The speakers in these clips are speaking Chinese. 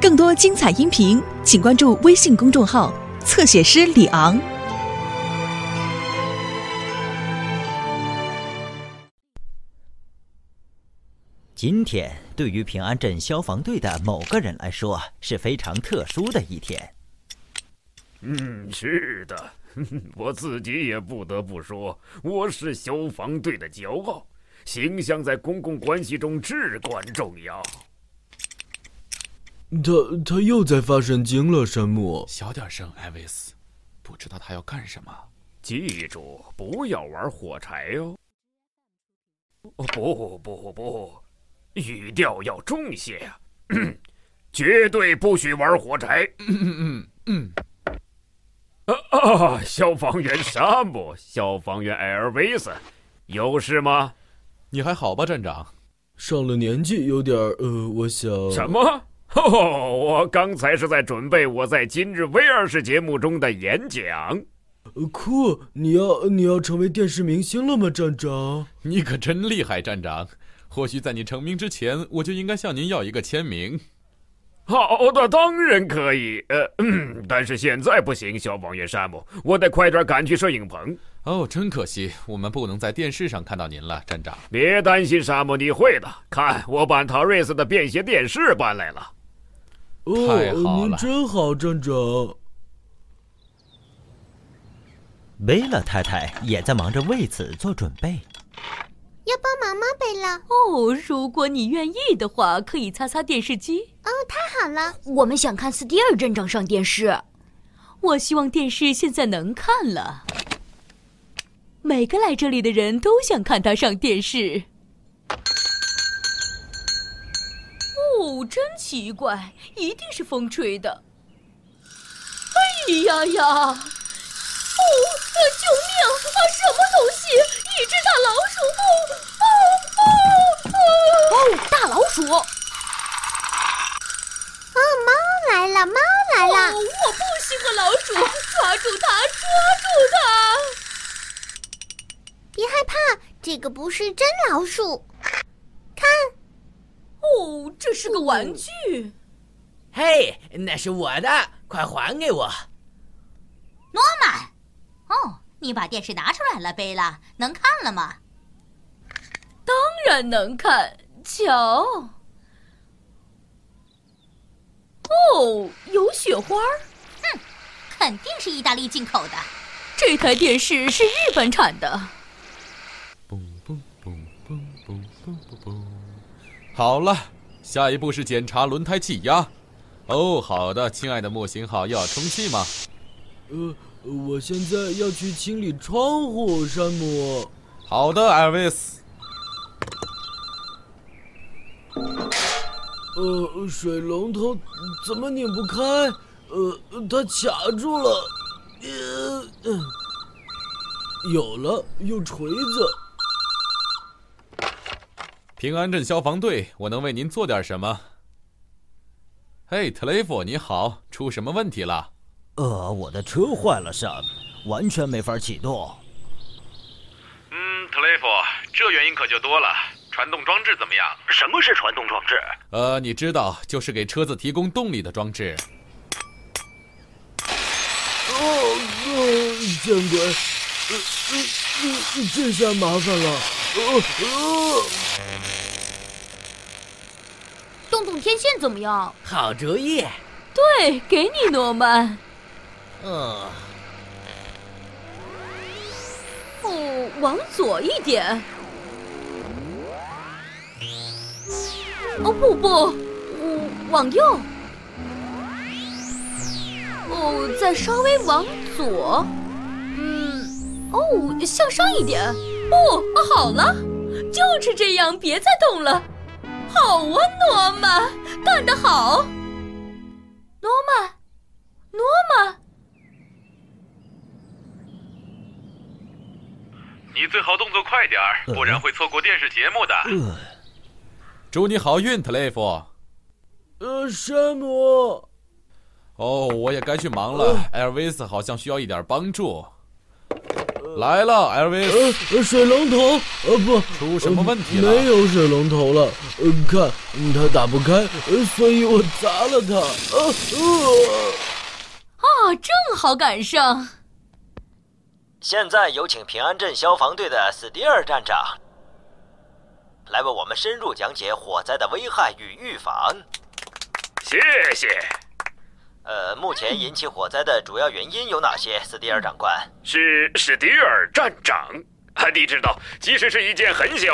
更多精彩音频，请关注微信公众号“侧写师李昂今天对于平安镇消防队的某个人来说是非常特殊的一天。嗯，是的， 我自己也不得不说，我是消防队的骄傲，形象在公共关系中至关重要。他他又在发神经了，山姆。小点声，艾维斯，不知道他要干什么。记住，不要玩火柴哦。哦不不不，语调要重些呀、嗯 绝对不许玩火柴。嗯嗯啊啊！消防员沙姆，消防员艾尔维斯，有事吗？嗯，你还好吧，站长？上了年纪有点儿呃，我想什？么？哦，我刚才是在准备我在今日威尔士节目中的演讲。呃酷，你要你要成为电视明星了吗，站长？你可真厉害，站长。或许在你成名之前，我就应该向您要一个签名。好的，哦当然可以。呃，嗯，但是现在不行，消防员山姆，我得快点赶去摄影棚。哦，真可惜，我们不能在电视上看到您了，站长。别担心，沙漠，你会的。看，我把陶瑞斯的便携电视搬来了。哦，太好您了真好，站长。贝勒太太也在忙着为此做准备。要帮忙吗，贝拉？哦，如果你愿意的话，可以擦擦电视机。哦太好了，我们想看斯蒂尔镇长上电视。我希望电视现在能看了。每个来这里的人都想看他上电视。哦，真奇怪，一定是风吹的。哎呀呀！哦，呃救命！啊，什么东西？一只大老鼠！哦哦哦！哦，大老鼠！来了，猫来哦，了。我不喜欢老鼠，抓住它，抓住它！别害怕，这个不是真老鼠。哦，这是个玩具。嘿，那是我的，快还给我！呃诺曼，哦，你把电视拿出来了，贝拉，能看了吗？当然能看，瞧。哦，有雪花儿。嗯肯定是意大利进口的。这台电视是日本产的。嘣嘣嘣嘣嘣嘣嘣嘣。好了，下一步是检查轮胎气压。哦，好的，亲爱的莫行号，又要充气吗？呃，我现在要去清理窗户，山姆。好的，艾维斯。呃，水龙头怎么拧不开？呃，它卡住了。呃，嗯有了，用锤子。平安镇消防队，我能为您做点什么？嘿，特雷弗，你好，出什么问题了？呃，我的车坏了，Sam，完全没法启动。嗯，特雷弗，这原因可就多了。传动装置怎么样？什么是传动装置？呃，你知道，就是给车子提供动力的装置。哦，呃，见鬼！呃呃呃，这下麻烦了。呃呃，动动天线怎么样？好主意。对，给你，诺曼。啊嗯，哦，往左一点。哦不不，我往右。哦，再稍微往左。嗯，哦，向上一点。不、哦，好了，就是这样，别再动了。好啊，诺曼，干得好。啊诺曼，诺曼。你最好动作快点儿，不然会错过电视节目的。呃，祝你好运，特雷弗。呃，山姆，哦，我也该去忙了。艾尔维斯好像需要一点帮助。呃来了，Elvis，呃，水龙头，呃不，呃出什么问题了？没有水龙头了，呃，看嗯它打不开，呃，所以我砸了它。呃呃，啊，正好赶上。现在有请平安镇消防队的斯蒂尔站长，来为我们深入讲解火灾的危害与预防。谢谢。呃，目前引起火灾的主要原因有哪些，斯蒂尔长官？是史迪尔站长。啊你知道，即使是一件很小，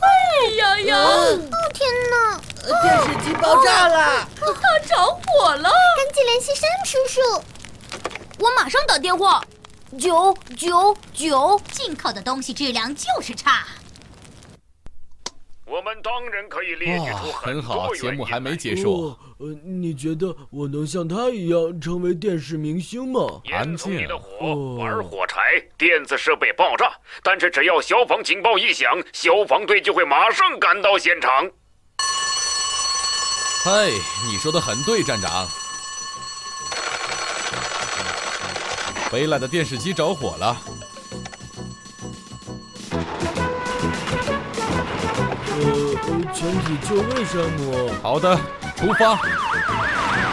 哎呀呀，哦天哪！电视机爆炸了！它着火了！赶紧联系山姆叔叔。我马上打电话。九九九，进口的东西质量就是差。我们当然可以列举哇出，哦很好，多节原目因还没来结束哦。呃，你觉得我能像他一样成为电视明星吗？烟囱里的火、哦玩火柴、电子设备爆炸，但是只要消防警报一响，消防队就会马上赶到现场。嘿，你说的很对，站长。北来的电视机着火了，呃，呃全体就位，山姆。好的，出发。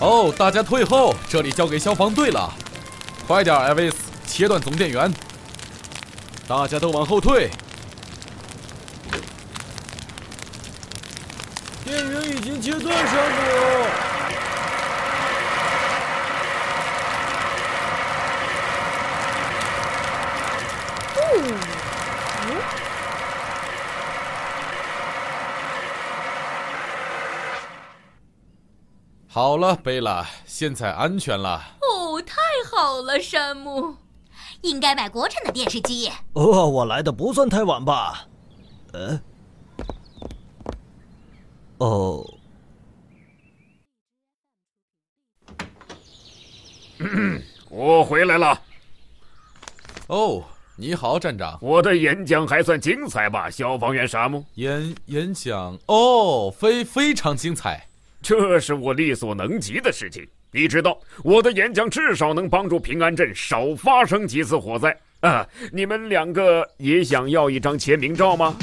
哦，大家退后，这里交给消防队了。快点，艾维斯，切断总电源。大家都往后退。电源已经切断，山姆。好了，贝拉，现在安全了。哦，太好了，山姆。应该买国产的电视机。哦，我来的不算太晚吧？呃，哦，我回来了，哦，你好，站长。我的演讲还算精彩吧，消防员沙姆？演演讲哦，非非常精彩。这是我力所能及的事情。你知道，我的演讲至少能帮助平安镇少发生几次火灾啊！你们两个也想要一张签名照吗？